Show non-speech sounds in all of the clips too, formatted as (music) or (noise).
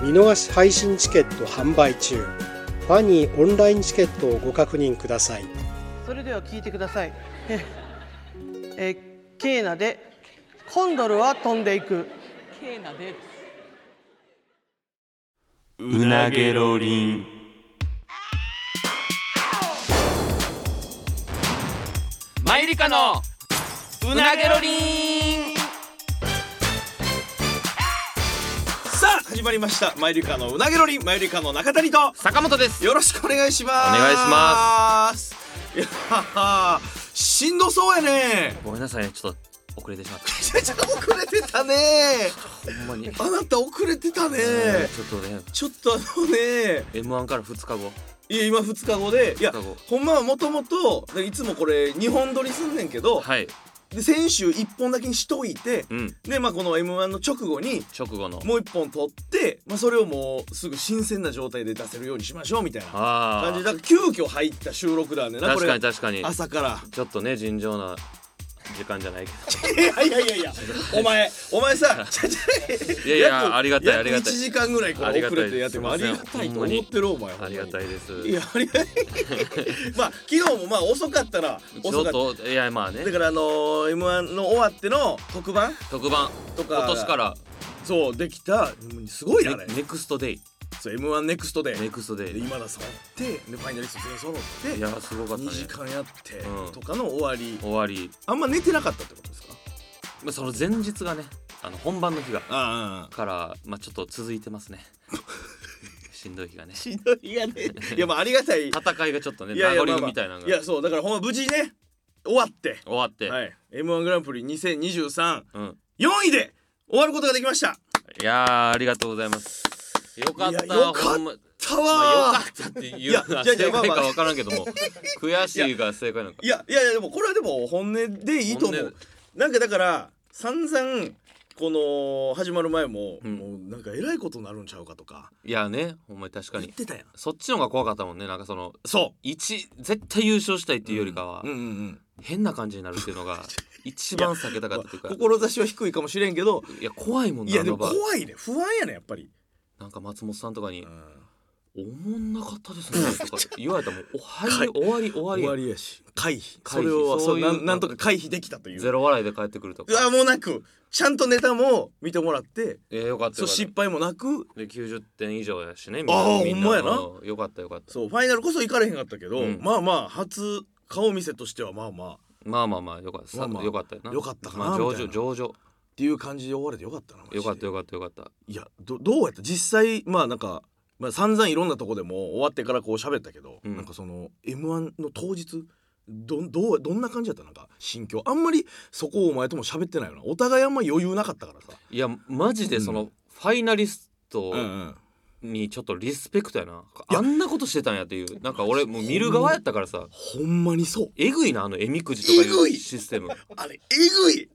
見逃し配信チケット販売中ファニーオンラインチケットをご確認くださいそれでは聞いてください。えーえーケーナでコンドルは飛んでいく。ケーナでうなげろりんマイリカのうなげろりんさあ始まりましたマユリカのうなげろりマユリカの中谷と坂本ですよろしくお願いしますお願いしますいやーしんどそうやねごめんなさいねちょっと遅れてしまっちょちょっと遅れてたねたほんまに、あなた遅れてたねえー、ちょっとねちょっとあのね M1 から2日後いや今2日後でいや二日後ほんまはもともといつもこれ2本撮りすんねんけど、はいで先週1本だけにしといてうんでまあこの m 1の直後に直後のもう1本撮って、まあ、それをもうすぐ新鮮な状態で出せるようにしましょうみたいなあ感じあだから急遽入った収録だねな確かにこ確かにれ朝からちょっとね尋常な時間じゃないけいやいやいやいやお前お (laughs) 前さちゃちゃいやいや約ありがたい約ありがたい1時間ぐらいこありれが遅たいれてやってもあすいりまがせんたいとほんまに思ってるお前どありがたいですいやありがたい (laughs) まあ昨日もまあ遅かったらちょ遅かっったといやまあねだからあのー m 1の終わっての特番特番とか今年からそうできたうんすごいなあれネネクストデイそう m 1ネクストでネクストデでイ今田さんってでファイナリスト全員揃っていやすごかったね2時間やってうんとかの終わり終わりあんま寝てなかったってことですかまあその前日がねあの本番の日がああから、まあ、ちょっと続いてますね (laughs) しんどい日がねしんどいやねいやまあありがたい (laughs) 戦いがちょっとねいや名いやまあ残まあみたいなのいがやそうだからほんま無事ね終わって終わって、はい m 1グランプリ20234うん、位で終わることができましたいやーありがとうございますよかったいやよかったほんまたまあ、よわかったっていいうやのはいやいや正解まあかまあ分からんけど (laughs) も悔しいが正解なのかいやいやいやでもこれはでも本音でいいと思本うなんかだから散々この始まる前も、うんもうなんかえらいことになるんちゃうかとかいやねほんまに確か言っにてたやんそっちの方が怖かったもんねなんかそのそ一絶対優勝したいっうていうよりかは、うんうんうん変な感じになるっていうの (laughs) が一番避けたかったっていうかいや,、志は低いかもしれんけど怖いもんいなやあでのも場合怖いね不安やねやっぱり、なんか松本さんとかにうんおもんなかったですねとか言われたらもうおはい終わり終わり終わりやし回避回避それをそそうういうなんなんとか回避できたというゼロ笑いで帰ってくるとかあもうなくちゃんとネタも見てもらってえー、よかったそよかっうた失敗もなくで90点以上やしねみあーみほんまやなうんよかったよかったそうファイナルこそ行かれへんかったけど、うんまあまあ初顔見せとしてはまあまあっまあまあまあよかった、まあまあさよかったよなよかったかなまあ、上みたい々な上々ていう感じで終われてよかったなマジでよかったよかったよかったいやどどうやった実際まあなんか、まあ、散々いろんなとこでも終わってからこう喋ったけど、うんなんかその m 1の当日どどうどんな感じやったなんか心境あんまりそこをお前とも喋ってないよなお互いあんま余裕なかったからさいやマジでその、うファイナリストうんにちょっとリスペクトやな、いやあんなことしてたんやっていうなんか俺もう見る側やったからさほんまにそうえぐいなあのえみくじとかいえぐういシステムあれえぐい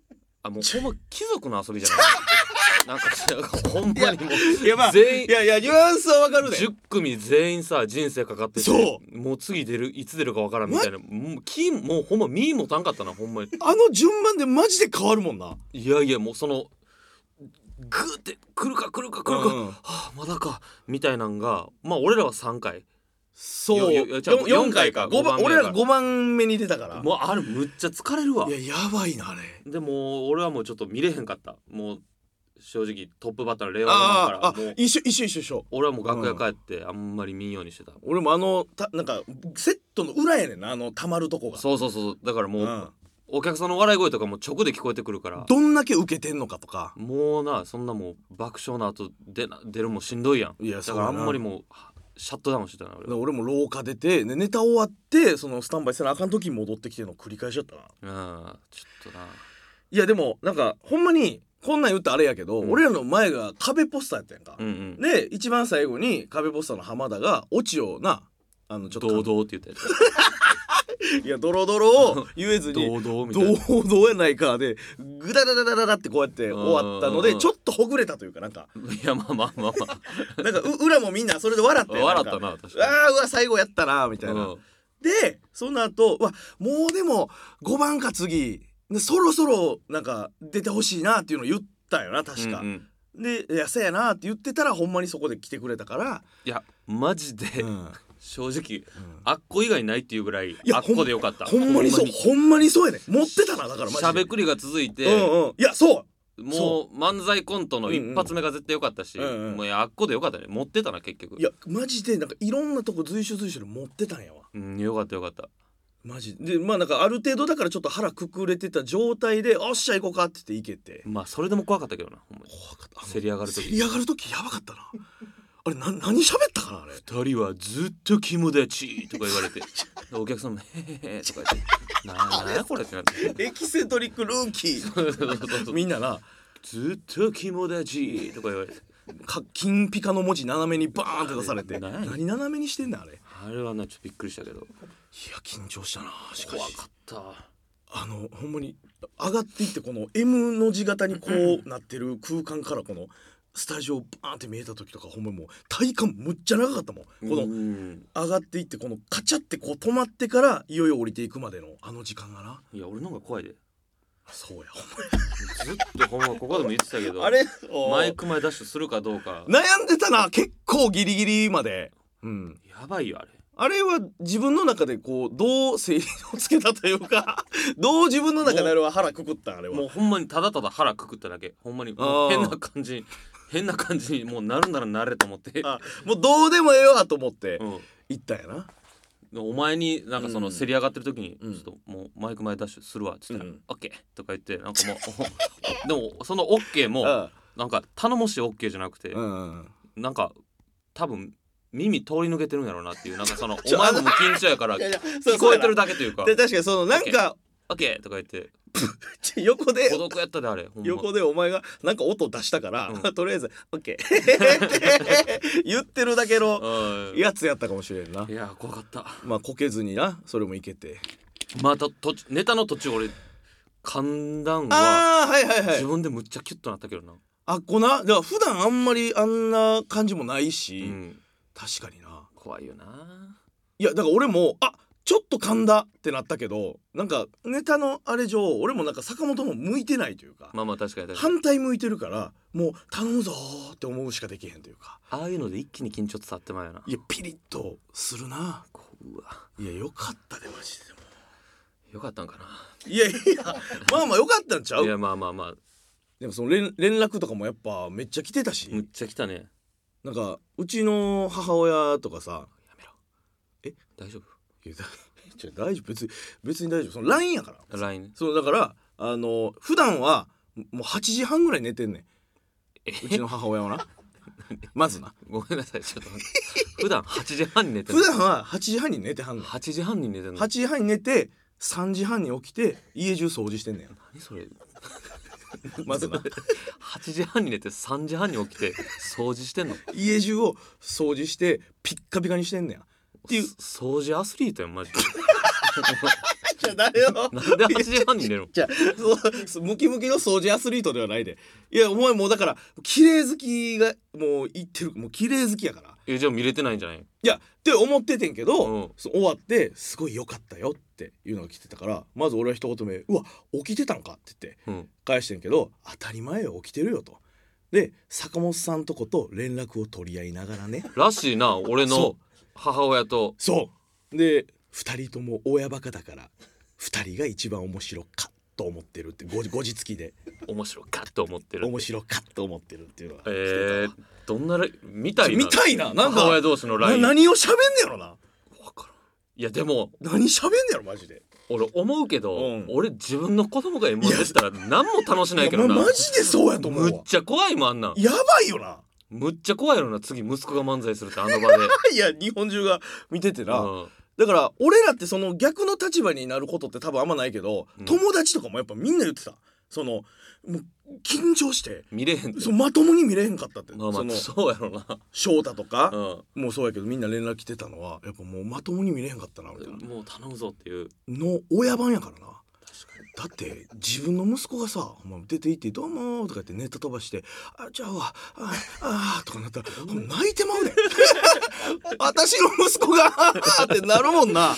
あもうほんま貴族の遊びじゃ (laughs) ないなんかなんかほんまにもういやまあ全員いやいやニュアンスはわかるで10組全員さ人生かかっててそもう次出るいつ出るかわからんみたいなもう金もうほんま身もたんかったなほんまにあの順番でマジで変わるもんないやいやもうそのグーって来るか来るか来るか、うんはあまだかみたいなんがまあ俺らは3回そよよよ四じゃあ四回か五五番番目俺やならが5番目に出たからもうあれむっちゃ疲れるわいややばいなあれでも俺はもうちょっと見れへんかったもう正直トップバッターの令和ロマンあかああらもう一緒一緒一緒一緒俺はもう楽屋帰ってあんまり見んようにしてた、俺もあのたなんかセットの裏やねんなあのたまるとこがそうそうそうだからもう、うんお客さんの笑い声とかも直で聞こえてくるからどんだけ受けてんのかとかもうなそんなもう爆笑の後出な出るもしんどいやんいやだそかうやらなあんまりもうはシャットダウンしてたな俺では俺も廊下出てでネタ終わってそのスタンバイせなあかん時に戻ってきての繰り返しだったなうんちょっとないやでもなんかほんまにこんなん言ったらあれやけど、うん俺らの前が壁ポスターやったやんか、うんうんで一番最後に壁ポスターの浜田がオチをなあのちょっと堂々って言ったやついやドロドロ (laughs) を言えずに堂々みたいな堂々やないかでグダダダダダダってこうやって終わったのうでんちょっとほぐれたというかなんかいやまあまあまあまなんかう裏もみんなそれで (laughs) 笑っあて笑ったんかな確うわかーうわ最後やったなみたにいな、うんでその後わもうでも5番か次でそろそろなんか出てほしいなっていうのを言ったよな確か、うんうんで「いやせやな」って言ってたらほんまにそこで来てくれたから、いやマジでうん正直あっこ以外ないっていうぐらいやあっこでよかったほんまにそうほんまにそうやねん持ってたなだからマジでしゃべくりが続いうんてうんいやそうもう漫才コントの一発目が絶対よかったしうんうんもういやあっこでよかったね持ってたな結局いやマジでなんかいろんなとこ随所随所で持ってたんやわうんよかったよかったマジでまあなんかある程度だからちょっと腹くくれてた状態で「おっしゃ行こうか」って言って行けてまあそれでも怖かったけどなほんまに怖かったあのせり上がるせ時り上がる時やばかったなあれな何喋ったかなあれ二人はずっと肝立ちとか言われ (laughs) てお客さんも「へへへ」とか言って「なあなあこれ」ってなってエキセトリックルーキーそうそうそうそうみんななずっと肝立ちとか言われてか金ピカの文字斜めにバーンって出されて何何斜めにしてんねんあれいやあれはなちょっとびっくりしたけど緊張したなしか怖しかったあのほんまに上がっていってこの M の字型にこうなってる空間からこのスタジオバーンって見えた時とかほんまにもう体感むっちゃ長かったもんこのの上がっていってこのカチャってこう止まってからいよいよ降りていくまでのあの時間がないや俺の方が怖いでそうやずっとほんまここでも言ってたけほんどまあれマイク前ダッシュするかどうか悩んでたな結構ギリギリまでうんやばいよあれあれは自分の中でこうどう整理をつけたという (laughs) かどう自分の中であれは腹くくったんあれはもうほんまにただただ腹くくっただけほんまにもうあー変な感じ変な感じにもうなるならなれと思ってあもうどうでもええわと思ってうん行ったんやなお前になんかそのうんせり上がってる時に「うんちょっともうマイク前ダッシュするわ」っつったら「うんオッケーとか言ってなんか (laughs) もうおでもその「オッケーもあなんか頼もしい「オッケーじゃなくてうんなんか多分耳通り抜けてるんやろうなっていうなんかその (laughs) ちおょ前ももう緊張やからいやい聞やそうこえてるだだけというかで確かにそのなんか「オッケーとか言ってちょ横で孤独やったであれほんま横でお前がなんか音出したから、うんとりあえず「オッケー」 (laughs) (laughs) って言ってるだけのうんやつやったかもしれんないや怖かったまあこけずになそれもいけてまた途中ネタの途中俺寒暖はああはいはいは自い分でむっちゃキュッとなったけどなあこなだから普段あんまりあんな感じもないうし、ん確かにな怖いよないやだから俺もあちょっと噛んだってなったけどなんかネタのあれ上俺もなんか坂本も向いてないというか、まあまあ確かに確かに反対向いてるからもう頼むぞーって思うしかできへんというかああいうので一気に緊張伝わってまうよないやピリッとするなこううわいやよかったでマジでもよかったんかいやいやまあまあよかったんちゃなういやまあまあまあでもその連連絡とかもやっぱめっちゃ来てたし、むっちゃ来たねなんかうちの母親とかさやめろえ大丈いやだ (laughs) ちょ大丈夫別に別に大丈夫その LINE やから夫 LINE そうだからあの普段はもう8時半ぐらい寝てんねんえうちの母親は (laughs) なまずなごめんなさいちょっと待って普段8時半に寝てる普段は8時半に寝てはんの8時半に寝てるの8時半に寝て3時半に起きて家中掃除してんねん何それ (laughs) まずな8時半に寝て3時半に起きて掃除してんのっ家中を掃除してピッカピカにしてんねんっていう掃除アスリートやんマジでじゃ誰よなんで8時半に寝るのじゃあ (laughs) そうムキムキの掃除アスリートではないでいやお前もうだから綺麗好きがもう言ってるもう綺麗好きやからえじゃあ見れてないんじゃないいやって思っててんけど、うんそう終わってすごい良かったよっていうのが来てたからまず俺は一言目「うわ起きてたのか」って言ってうん返してんけど「当たり前よ起きてるよ」と。で坂本さんとこと連絡を取り合いながら (laughs) ねらしいな俺のそ母親とそうで2人とも親バカだから2人が一番面白かと思ってるってご後日付き (laughs) で面白かって思ってる面白かと思ってるっていうのが来てたえー、どんなれ見たないな見たいななんか母親同士のラインな何を喋んねやろないやでも何喋んねやろマジで俺思うけど、うん俺自分の子供が M1 出したら何も楽しないけどいやなまマジでそうやと思うむわっちゃ怖いもんあんなんやばいよなむっちゃ怖いよな次息子が漫才するってあの場で、いや日本中が見ててな、うんだから俺らってその逆の立場になることって多分あんまないけど、うん友達とかもやっぱみんな言ってたそのもう緊張して見れへんってそうまともに見れへんかったって、まあまそあのそうやろな翔太とか、うんもうそうやけどみんな連絡来てたのはやっぱもうまともに見れへんかったなみたいなもう頼むぞっていうの親番やからなだって自分の息子がさほんま出て行って「どうも」とか言ってネタ飛ばして「あじゃあわああ」とかなったらほんま泣いてまうねん (laughs) 私の息子が (laughs) 「ってなるもんな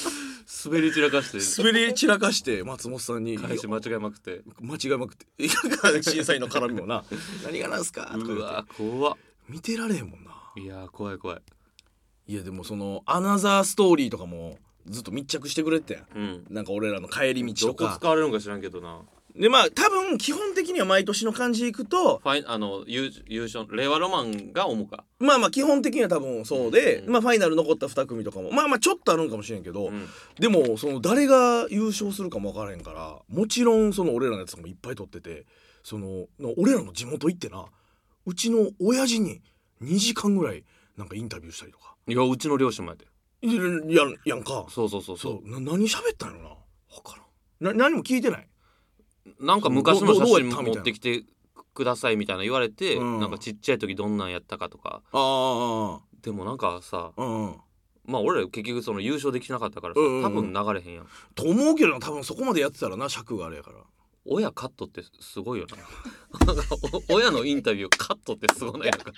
滑り散らかして滑り散らかして松本さんに返し間違えまくって間違いまくって (laughs) いや審査員の絡みもな「 (laughs) 何がなんすか?」とか言うってわ怖っ見てられへんもんないやー怖い怖いいやでもその「アナザーストーリー」とかもずっと密着してくれてたやんうんなんか俺らの帰り道どとこか使われるんか知らんけどなでまあ多分基本的には毎年の感じいくとファイあの優優勝令和ロマンが重かまあまあ基本的には多分そうで、うんまあファイナル残った2組とかもまあまあちょっとあるんかもしれんけど、うんでもその誰が優勝するかも分からへんからもちろんその俺らのやつとかもいっぱい撮っててそのな俺らの地元行ってなうちの親父に2時間ぐらいなんかインタビューしたりとかいやうちの両親もやでいややんやんかそうそうそうそそううな何喋ったんやろな分からんな何も聞いてないなんか昔のど写どうや真ったみたいな持ってきてくださいみたいな言われて、うんなんかちっちゃい時どんなんやったかとかあでもなんかさあうんまあ俺ら結局その優勝できなかったからさ、うんうん多うん分流れへんやんと思うけどな多分そこまでやってたらな尺があれやから親カットってすごいよな (laughs) なんかお親のインタビューカットってすごないなんか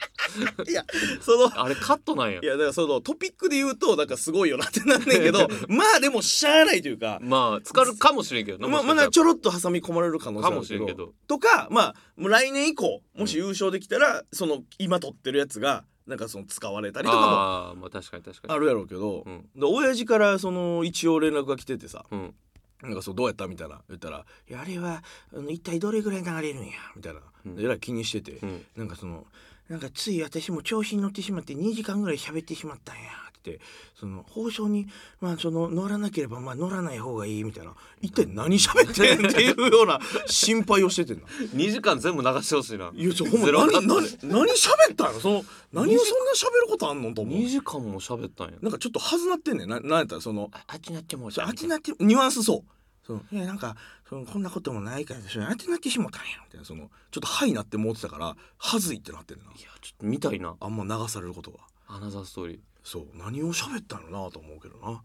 いやそのあれカットなんやいやだからそのトピックで言うとなんかすごいよなってなんね (laughs) んけどまあでもしゃあないというかまあ使うかもしれんけどなまあまもしかしだたらちょろっと挟み込まれる可能性あかもるしれんけどとかまあもう来年以降もし優勝できたら、その今撮ってるやつがなんかその使われたりとかああまあ確かに確もかあるやろうけど、うんで親父からその一応連絡が来ててさにうんなんかそうどうやったみたいな言ったら「いやあれはあの一体どれぐらい流れるんや」みたいな、うんえらい気にしてて、うんなんかそのなんかつい私も調子に乗ってしまって2時間ぐらい喋ってしまったんやってその放送にまあその乗らなければまあ乗らない方がいいみたいな一体何喋ってんねんっていうような心配をしててんな。 2時間全部流してほしいないやちょほんまゼロ何カ何ット何喋ったんやろその何をそんな喋ることあんのと思う2時間も喋ったんやなんかちょっとはずなってんねんななんやったらそのああっちなってもうそうあてなってニュアンスそうそのいやなんかそのこんなこともないからそれあてなってしもたんやみたいなそのちょっと「はい」なって思ってたから「はずい」ってなってるないやちょっと見たいなあんま流されることはアナザーストーリそう何を喋ったのなと思うけどな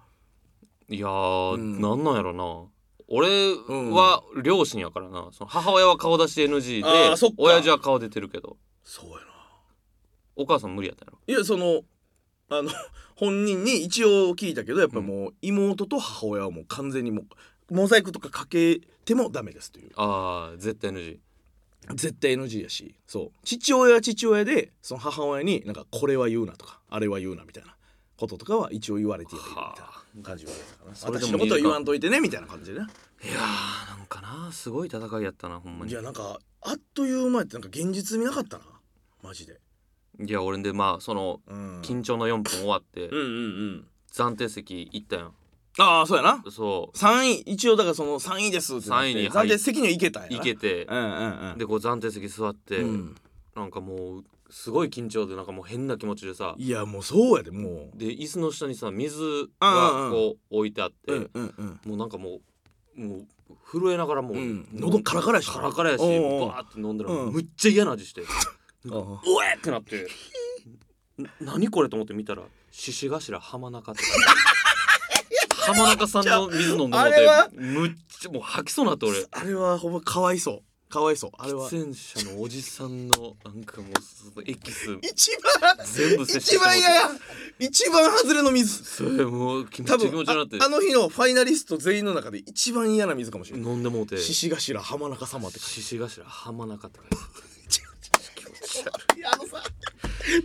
ーいやー、うんなんなんやろな俺は両親やからなその母親は顔出し NG であーそっか親父は顔出てるけどそうやなお母さん無理やったんやろいやそのあの (laughs) 本人に一応聞いたけどやっぱもう妹と母親はもう完全にもうモザイクとかかけてもダメですというああ絶対 NG 絶対 NG やしそう父親は父親でその母親になんかこれは言うなとかあれは言うなみたいなこととかは一応言われているみたいはあな感じはあるからなそれでも私のことは言わんといてねみたいな感じでねいやーなんかなすごい戦いやったなほんまにいいややなんかあっという間やってなんか現実見なかったなマジで俺んでまあそのうん緊張の4分終わって、うんうんうん暫定席行ったやんああそうやなそ3位一応だからその3位ですってなっ三て位に入っ暫定席には行けたんやうな行けてうんうんうんでこう暫定席座って、うんなんかもうすごい緊張でなんかもう変な気持ちでさいやもうそうやでもで椅子の下にさ水うんうんうがんこう置いてあって、ううんうんうんもうなんかもうもう震えながらもう、うん喉カラカラやしなカラカラやしおバうおうーって飲んだら、うんむっちゃ嫌な味して「あおえ!」ってな (laughs) って「な何これ?」と思って見たら獅子頭浜中って。 (laughs) 浜中さんの水飲んでもうあれてはむっちゃもう吐きそうになって俺あれはほんまかわいそうかわいそうあれは出演者のおじさんのなんかもうそのエキス一番全部接して一番嫌や一番外れの水それもう気持多ち気分持ちあになってあの日のファイナリスト全員の中で一番嫌な水かもしれない飲んでもうて獅子頭浜中様って書い獅子頭浜中って書いてあてあのさ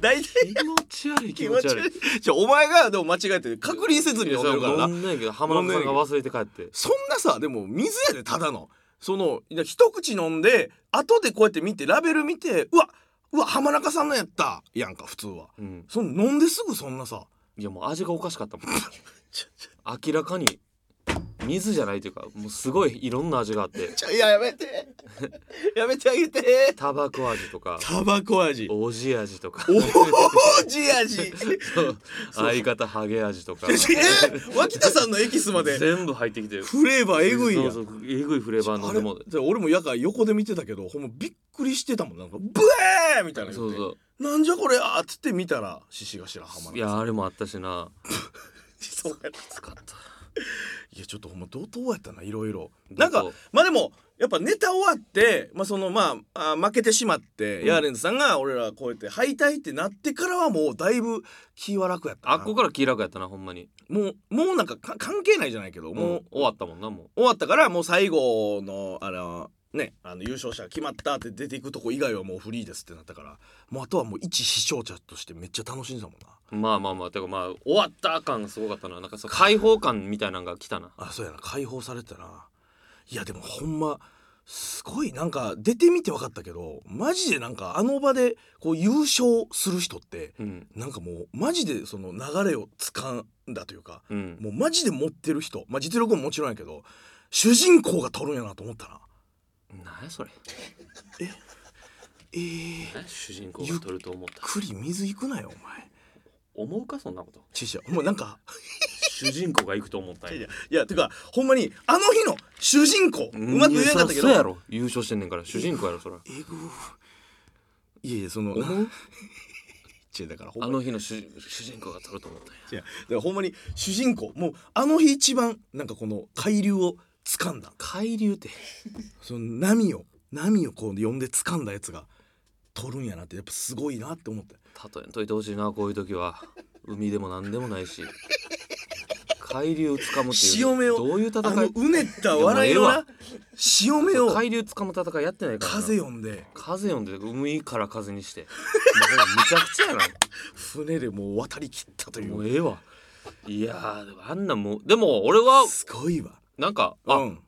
大体る気持ち悪い気気持持ちち悪悪いいじゃあお前がでも間違えて確認せずにいや飲んでるから飲なんないけど浜中さんが忘れて帰ってそんなさでも水やでただのそのいや一口飲んで後でこうやって見てラベル見てうわうわ浜中さんのやったやんか普通はうんその飲んですぐそんなさ (laughs) いやもう味がおかしかったもん明らかに水じゃないというかもうすごいいろんな味があってちょいややめてやめてあげてタバコ味とかタバコ味おおじ味とかじ味そう相方ハゲ味とかえ脇田さんのエキスまで全部入ってきてるフレーバーえぐいやんそうそうえぐいフレーバー飲あんれでもじゃあ俺もやから横で見てたけどほんまびっくりしてたもんなんかブエーみたいな言ってそうそうなんじゃこれやっつって見たら獅子頭浜い名やあれもあったしなそうや使ったいやちょっとほんま怒涛やったないろいろなんか怒涛まあでもやっぱネタ終わってまあそのまああ負けてしまって、うんヤーレンズさんが俺らこうやって敗退ってなってからはもうだいぶ気は楽やったなあっこから気楽やったなほんまにもうもうなんかか関係ないじゃないけどもう、もう終わったもんなもう終わったからもう最後のあのねあの優勝者が決まったって出ていくとこ以外はもうフリーですってなったからもうあとはもう一視聴者としてめっちゃ楽しんでたもんなまあまあまあてかまあ終わった感がすごかったななんかそう解放感みたいなのが来たなあそうやな解放されてたないやでもほんますごいなんか出てみて分かったけどマジでなんかあの場でこう優勝する人ってうんなんかもうマジでその流れを掴んだというかうんもうマジで持ってる人まあ実力ももちろんやけど主人公が取るんやなと思ったな何やそれえー、何や主人公が取ると思った栗水行くなよお前思うかそんなことちいちゃんもうなんか主人公が行くと思ったんいややいやてかほんまにあの日の主人公うまく言えなかったけどそうやろ優勝してんねんから主人公やろそらえぐいやいやその思うちいだからほんまあにの日の主主人公が取ると思ったんや違うだからほんまに主人公もうあの日一番なんかこの海流を掴んだ海流ってその波を波をこう呼んで掴んだやつが取るんやなってやっぱすごいなって思った例えんといてほしいなこういう時は海でも何でもないし海流掴むっていう潮目をどういう戦あのいうねった笑いのいやもな潮目を海流掴む戦いやってないからな風呼んで風読んで海から風にしてもうむちゃくちゃやな船でもう渡り切ったといもううええわいやーでもあんなんもうでも俺はすごいわなんかあ、うん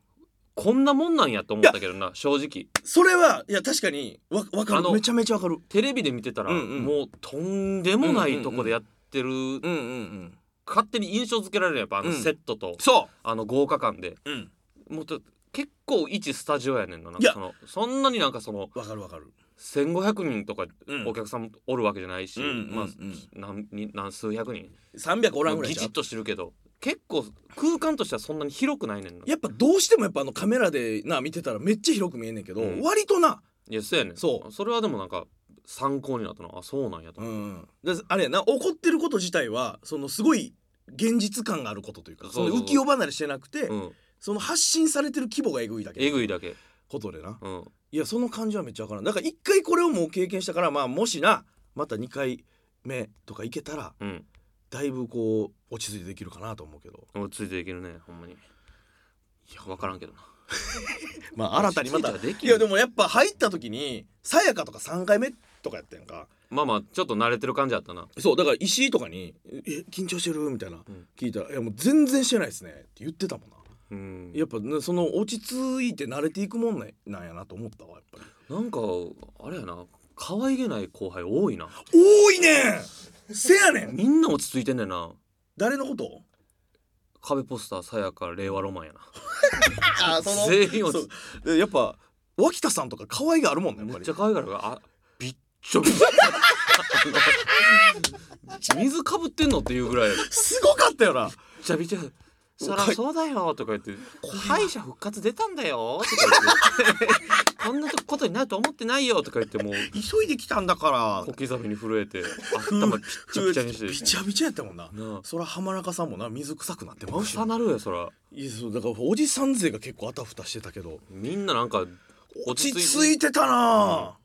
こんなもんなんやと思ったけどな正直それはいや確かにわわかあるのめちゃめちゃわかるテレビで見てたら、うんうんもうとんでもないとこでやってる、うんうんうん勝手に印象付けられるやっぱあのうんセットと、そあの豪華感でううんもうと結構一スタジオやねんななんいやかそのそんなになんかそのわかるわかる1,500人とかうんお客さんおるわけじゃないし、うんうんうんまあ何人何数百人300おらんぐらいぎちゃちうっとしてるけど結構空間としてはそんなに広くないねんなやっぱどうしてもやっぱあのカメラでな見てたらめっちゃ広く見えんねんけど、うん割とないやそうやねんそれはでもなんか参考になったなあそうなんやとう思っんであれやな怒ってること自体はそのすごい現実感があることというかそそうそうの浮世離れしてなくててうんその発信されてる規模がえぐいだけえぐいだけことでなうんいやその感じはめっちゃわからんだから一回これをもう経験したからまあもしなまた2回目とかいけたらうんだいぶこう落ち着いてできるかなと思うけど俺ついていけるねほんまにいや分からんけどなまあ新たにまた落ち着いたらできいるやでもやっぱ入った時にさやかとか3回目とかやったやんかまあまあちょっと慣れてる感じやったなそうだから石井とかに「え緊張してる?」みたいなうん聞いたら「いやもう全然してないですね」って言ってたもんなうんやっぱねその落ち着いて慣れていくもんねなんやなと思ったわやっぱりなんかあれやな可愛げない後輩多いな多いねんせやねんみんな落ち着いてんねんな誰のこと壁ポスターさやか令和ロマンやなあその全員落ち着いそうでやっぱ脇田さんとか可愛があるもんねやっめぱっりちゃ可愛いからあびっちょび (laughs) 水かぶってんのっていうぐらいびっすごかったよなちゃびちゃそらかいそうだよとか言ってれは敗者復活出たんだよとか言ってこんなことになると思ってないよとか言ってもう急いで来たんだから小刻みに震えて頭ピッチャピチャにしてびちゃびちゃやったもんななそら浜中さんもな水臭くなってまあうしさなるよそらいやそうだからおじさん勢が結構あたふたしてたけどみんななんか落落ちち着着いいてたない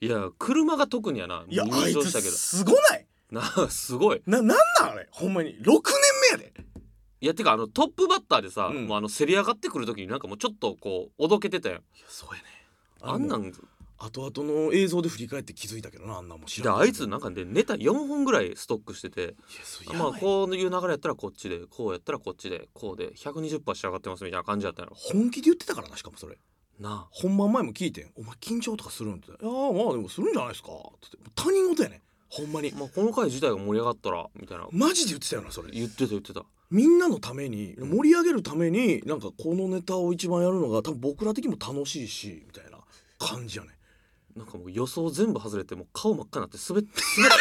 や車が特にやなもういやあ入い場したけどつすごないなあすごいななんなんあれほんまに6年目やでいやてかあのトップバッターでさ、うんもうあのせり上がってくる時になんかもうちょっとこうおどけてたやんそうやねあんなん後々の映像で振り返って気づいたけどなあんなんも知でらんあいつなんかでネタ4本ぐらいストックしてていやそうやばいまあこういう流れやったらこっちでこうやったらこっちでこうで120%仕上がってますみたいな感じやったんやろ本気で言ってたからなしかもそれな本番前も聞いてん「お前緊張とかするん?」って言ったら「いやーまあでもするんじゃないですか」って言って他人事やねんほんまにまあ、この回自体が盛り上がったらみたいなマジで言ってたよなそれ言ってた言ってたみんなのために盛り上げるためになんかこのネタを一番やるのが多分僕ら的にも楽しいしみたいな感じやねなんかもう予想全部外れてもう顔真っ赤になって滑って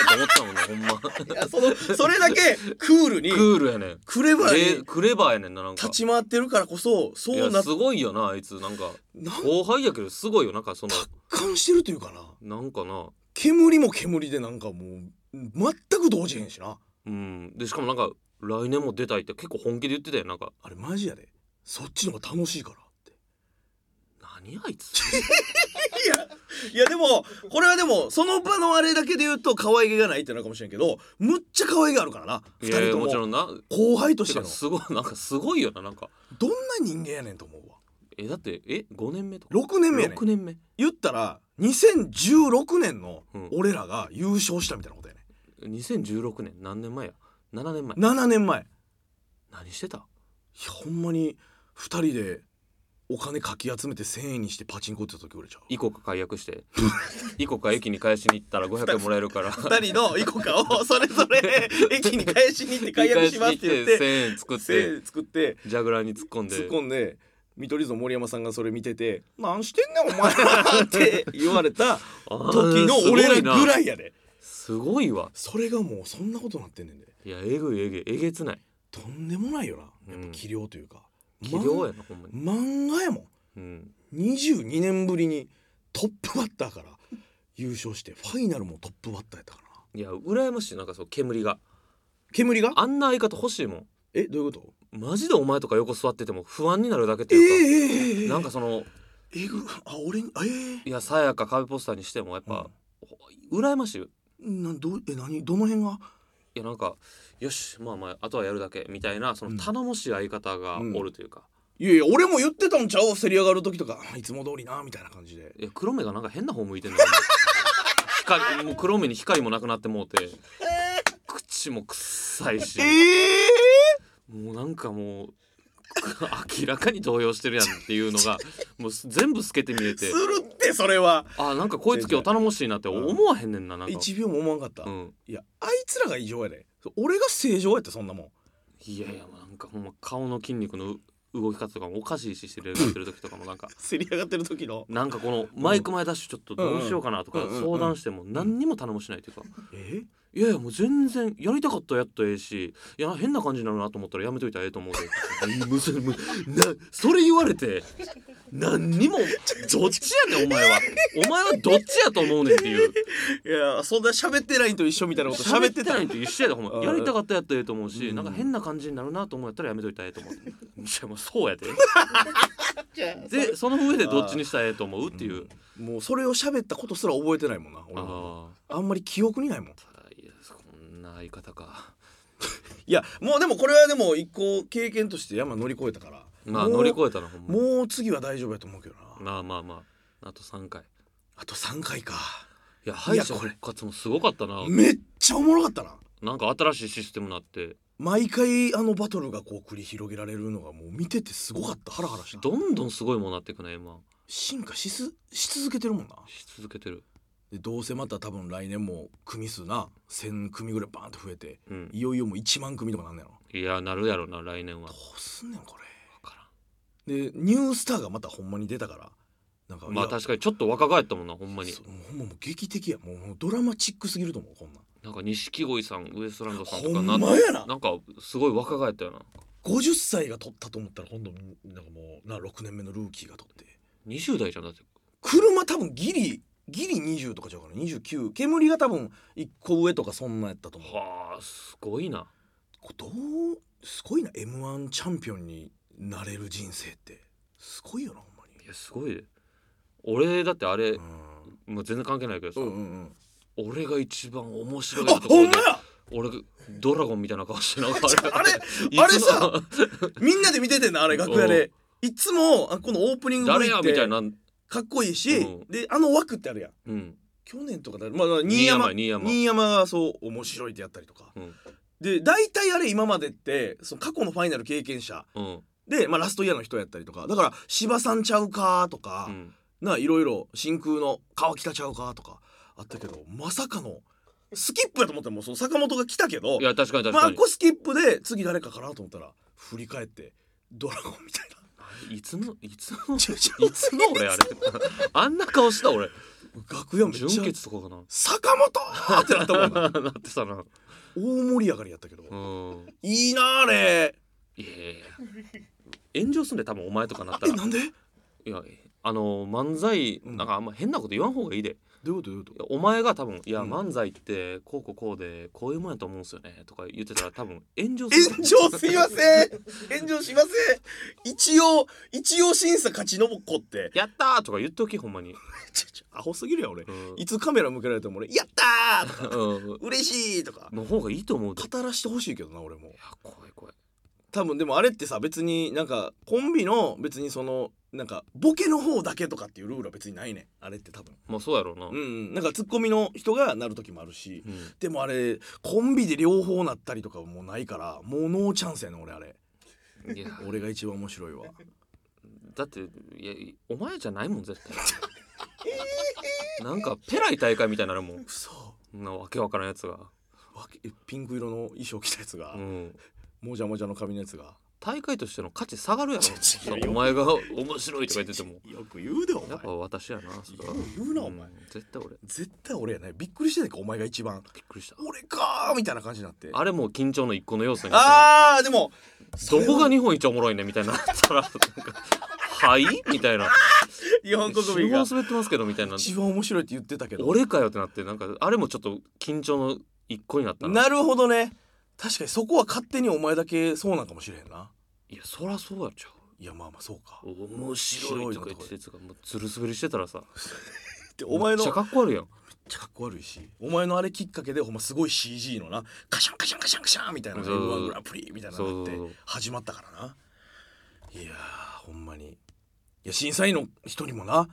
滑ったと思ったもんねほんまい (laughs) やそのそれだけクールにクールやねんクレバーでにクレバーやねんななんか立ち回ってるからこそそいうやなっすごいよなあいつなんかなん後輩やけどすごいよなんかその感してるというかななんかな煙も煙でなんかもう全く動じへんしなうんでしかもなんか来年も出たいって結構本気で言ってたよなんかあれマジやでそっちの方が楽しいからって何あい (laughs) ついやでもこれはでもその場のあれだけで言うと可愛げがないってなるかもしれんけどむっちゃ可愛げあるからない2やい人やともちろもんな後輩としててかのすごいなんかすごいよななんかどんな人間やねんと思うわえだってえ5年目とか6年目やねん6年目言ったら2016年のうん俺らが優勝したみたいなことやね2016年何年前や7年前7年前い何してたやほんまに2人でお金かき集めて1000円にしてパチンコ打ってた時俺ちゃうイコカ解約して (laughs) イコカ駅に返しに行ったら500円もらえるから2人のイコカをそれぞ (laughs) れ駅に返しに行って解約しますって言って1000円作って1000円作ってジャグラーに突っ込んで突っ込んで見取り図の森山さんがそれ見てて「何してんねんお (laughs) 前ら」って言われた時の俺らぐらいいやですごいわそれがもうそんなことなってんねんでいやえぐいえぐいえげつないとんでもないよなうやんっぱ器量というか器量やなほんまに、漫画やもうん、ん22年ぶりにトップバッターから優勝してファイナルもトップバッターやったからないや羨ましいなんかそう煙が煙があんな相方欲しいもんえどういうことマジでお前とか横座ってても不安になるだけってえいうか、えええええなんかそのえぐあ俺にあえいやさやか壁ポスターにしてもやっぱ、羨ましいよえなどうえ何どの辺がいやなんかよしまあまああとはやるだけみたいなそうんの頼もしい相方がおるというか、いやいや俺も言ってたんちゃうせり上がる時とかあいつも通りなみたいな感じでいや黒目がなんか変な方向いてんの光もう黒目に光もなくなってもうて口も臭いし、もうなんかもう明らかに動揺してるやんっていうの (laughs) がもう全部透けて見えてするってそれはあなんかこいつ今日頼もしいなって思わへんねんななんか、 1秒も思わんかった、うん、いやあいつらが異常やでそう俺が正常やってそんなもんいやいやもうなんかほんま顔の筋肉のう動き方とかもおかしいししてるしてる時とかもなんかせり上がってる時のなんかこのマイク前ダッシュちょっとどうしようかなとかうんうん相談しても何にも頼もしないというかえいやいやもう全然やりたかったらやったらええしいや変な感じになるなと思ったらやめといたらええと思うでむずむなそれ言われて何にもどっちやねんお前はお前はどっちやと思うねんっていういやそんな喋ってないんと一緒みたいなこと喋っ喋っててなたいと一緒やでほんまやりたかったらやったらええと思うしうんなんか変な感じになるなと思うやったらやめといたらええと思ういやもうそうやででその上でどっちにしたらええと思うっていう、もうそれを喋ったことすら覚えてないもんな俺もあああんまり記憶にないもんいやこんな相方かいやもうでもこれはでも一個経験として山乗り越えたからまあもう乗り越えたなほんまもう次は大丈夫やと思うけどなまあまあまああと3回あと3回かいや敗者こ復れ活もすごかったなめっちゃおもろかったななんか新しいシステムになって毎回あのバトルがこう繰り広げられるのがもう見ててすごかったハラハラしたどんどんすごいものになっていくね今進化しすし続けてるもんなし続けてるでどうせまた多分来年も組数な1,000組ぐらいバーンと増えてうんいよいよもう1万組とかなんねやろいやなるやろな来年はど分うすんねんこかれでニュースターがまたほんまに出たからなんからんまあいや確かにちょっと若返ったもんなほんまにそうもうほんまもう劇的やもうドラマチックすぎると思うこんなんなんか錦鯉さんウエストランドさんとほかんなまやななんかすごい若返ったよな50歳が取ったと思ったら今度なんかもうな6年目のルーキーが取って20代じゃんだって車多分ギリギリ20とかちゃうかな29煙が多分1個上とかそんなやったと思うはあすごいなこどうすごいな m 1チャンピオンになれる人生ってすごいよなほんまにいやすごいで俺だってあれもう全然関係ないけどさ、うんうんうん俺が一番面白いあとこほんろまでや俺ドラゴンみたいな顔してなんかあ (laughs) れいつも (laughs) あれさみんなで見ててんなあれ楽屋でいつもあこのオープニング誰やっみたいてなかっこいいし、うんであの枠ってあるやんうん去年とかだまあ新新山山新山新山がそう面白いってやったりとか、うんで大体あれ今までってその過去のファイナル経験者うんで、まあ、ラストイヤーの人やったりとかだから芝さんちゃうかとか、うんないろいろ真空の川北ちゃうかとかあったけどまさかのスキップやと思ったらもうその坂本が来たけどいや確かに確まあかあに、こスキップで次誰かかなと思ったら振り返ってドラゴンみたいないつのいつのちょちょいつの俺あ (laughs) れあんな顔した俺楽屋めっ純ちゃ潔とかかな (laughs) 坂本ってなったもんななってたな大盛り上がりやったけど、うん (laughs) いいなあれいやいやいや炎上すんで多分お前とかなったえらなんでいやあの漫才うんなんかあんま変なこと言わん方がいいでどういうことどういうこいやお前が多分「いやうん漫才ってこうこうこうでこういうもんやと思うんですよね」とか言ってたら多分炎上する炎上すいません炎上しません一応一応審査勝ちのぼっこってやったーとか言っときほんまに、ちょち (laughs) ょアホすぎるやん俺うんいつカメラ向けられても俺「やったー!」とかう「嬉しい!」とかんの方がいいと思うでい語らしてほしいけどな俺もや怖い怖い多分でもあれってさ別になんかコンビの別にそのなんかボケの方だけとかっていうルールは別にないねんあれって多分まあそうやろうな、うんうんなんかツッコミの人がなる時もあるしうんでもあれコンビで両方なったりとかもうないからもうノーチャンスやねん俺あれいや俺が一番面白いわだっていやお前じゃないもん絶 (laughs) 対なんかペライ大会みたいになるもん嘘そんなわけわからんやつが、わけピンク色の衣装着たやつが、うん、もじゃもじゃの髪のやつが大会としての価値下がるやろちょ (laughs) ちょお前が面白いとか言ってて (laughs) もよく言うでお前やっぱ私やなそれは言うなお前ん絶対俺絶対俺やねびっくりしてんねんかお前が一番びっくりした俺かーみたいな感じになってあれもう緊張の一個の要素になってるあーでもどこが日本一おもろいねみたいにな (laughs) ったらなんかはいみたいな日本国死民ぬがほど滑ってますけどみたいな一番面白いって言ってたけど俺かよってなってなんかあれもちょっと緊張の一個になったななるほどね確かにそこは勝手にお前だけそうなんかもしれへんないやそりゃそうやっちゃういやまあまあそうか面白いとか言ってたやつがもうずる滑りしてたらさでお前のめっちゃめっかっこ悪いやんちゃかっこ悪いしお前のあれきっかけでほんますごい CG のなカシャンカシャンカシャンカシャンみたいなそう m 1グランプリみたいなのがあそっうて始まったからないやーほんまにいや審査員の人にもな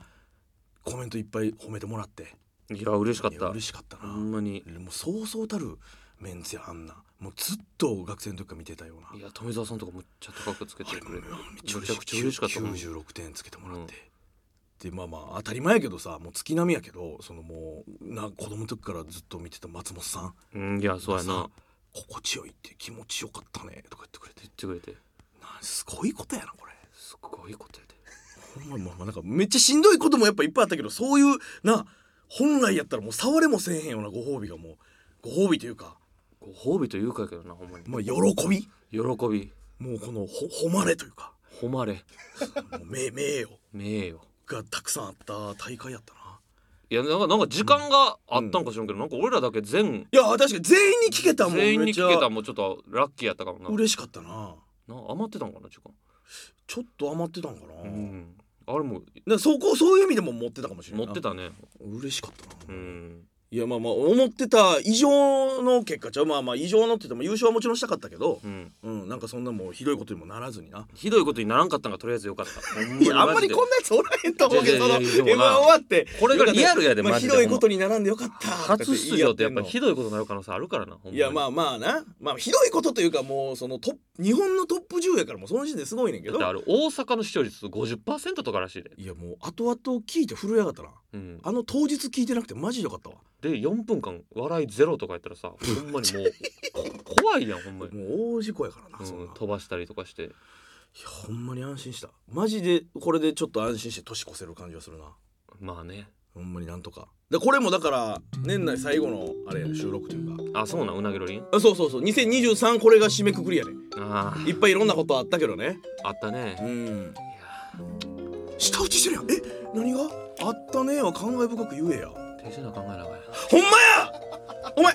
コメントいっぱい褒めてもらっていや嬉しかっいやた嬉しかったほな、んまにもうそうそうたるメンツやあんなもうずっと学生の時から見てたようないや富澤さんとかむっちゃ高くつけてくれてめちゃくめちゃくちちゃ嬉ゃ嬉ししかかっったたもん96点つけてもらって、でまあまあ当たり前やけどさもう月並みやけどそのもうな子供の時からずっと見てた松本さんうんいやそうやなさ心地よいって気持ちよかったねとか言ってくれて言ってくれてなすごいことやなこれすっごいことやでほんままあまあなんかめっちゃしんどいこともやっぱいっぱいあったけどそういうな本来やったらもう触れもせえへんようなご褒美がもうご褒美というかご褒美というかやけどなほんまにまあ喜び喜びもうこのほ誉れというか誉れもう名名誉名誉がたくさんあった大会やったないやなんかなんか時間があったんかしらんけど、なんか俺らだけ全いや確かに全員に聞けたもん全員に聞けためっちもんちょっとラッキーやったかもなゃ嬉しかったなな余ってたんかな時間ちょっと余ってたんかな,、うだかんあれもらそこそういう意味でも持ってたかもしれな持いってたね嬉しかったな、うんいやまあまあ思ってた以上の結果ちゃうまあまあ以上のって言っても優勝はもちろんしたかったけどうんうんなんかそんなもうひどいことにもならずになひどいことにならんかったんがとりあえずよかった。いやあんまりこんこなやつおらへんと思うけどそいやのいやいや m で1終もなわってこれがリアルやでまあマジひでどいことに並んでよかった初出場ってやっぱとか言い合んのひどいことになる可能性あるからな。ほんまにいやまあまあなまあひどいことというかもうそのトップ日本のトップ10やからもうその時点ですごいねんけだっどてあれ大阪の視聴率50%とからしいで。いやもう後々聞いて震え上がったなうん、あの当日聞いてなくてマジでよかったわで4分間笑いゼロとかやったらさほんまにもうこ怖いやんほんまに、もう大事故やからな、うんそんな飛ばしたりとかしていやほんまに安心したマジでこれでちょっと安心して年越せる感じがするなまあねほんまになんとかでこれもだから年内最後のあれや収録というかあそうなんうなぎろりんあそうそうそう2023これが締めくくりやねあいっぱいいろんなことあったけどねああったねうんいや下打ちしてるやんえ何があったねは感慨深く言えやー手品考えながらほんまやお前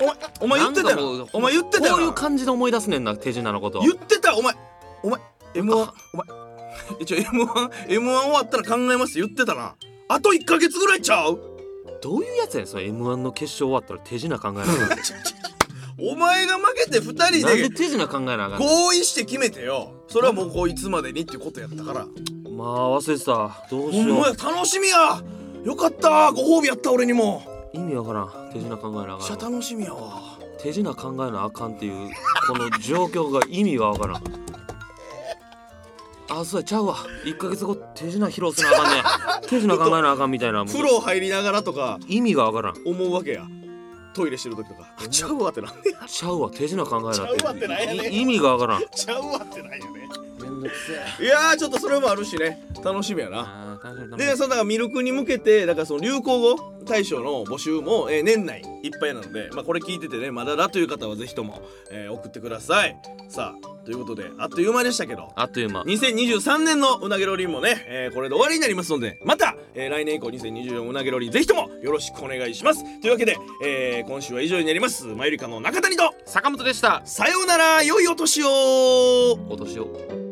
お前お前言ってたなんかもようお前言ってたよこういう感じで思い出すねんな手品のこと言ってたお前お前 M1 あお前 (laughs) 一応 M1M1 終わったら考えますって言ってたなあと1ヶ月ぐらいちゃうどういうやつやねんその m 1の決勝終わったら手品考えながら (laughs) お前が負けて2人なんでで手品考えながら合意して決めてよそれはもうこういつまでにっていうことやったからまあ忘れてたどうほしんよまやう楽しみやよかったご褒美やった俺にも意味わからん手品考えなめっちゃがら楽しみやわ手品考えなあかんっていうこの状況が意味がわからんあそうやちゃうわ1ヶ月後手品披露せなあかんね手品考えなあかんみたいなもう風呂入りながらとか意味がわからん思うわけやトイレしてる (laughs) 時とか「ちゃうわ」ってなんでやちゃうわ手品考えちゃうわってななっんてやねんい意味がわからんちゃうわってないよねめんどくせえいやーちょっとそれもあるしね楽しみやなあー楽しみ楽しみでそのだからミルクに向けてだからその流行語大賞の募集も、えー年内いっぱいなので、まあ、これ聞いててねまだだという方はぜひとも、えー送ってくださいさあということであっという間でしたけどあっという間2023年のうなげロリンもね、えーこれで終わりになりますのでまた、えー来年以降2024うなげロリンぜひともよろしくお願いしますというわけで、えー今週は以上になりますマユリカの中谷と坂本でしたさようなら良いお年をお年を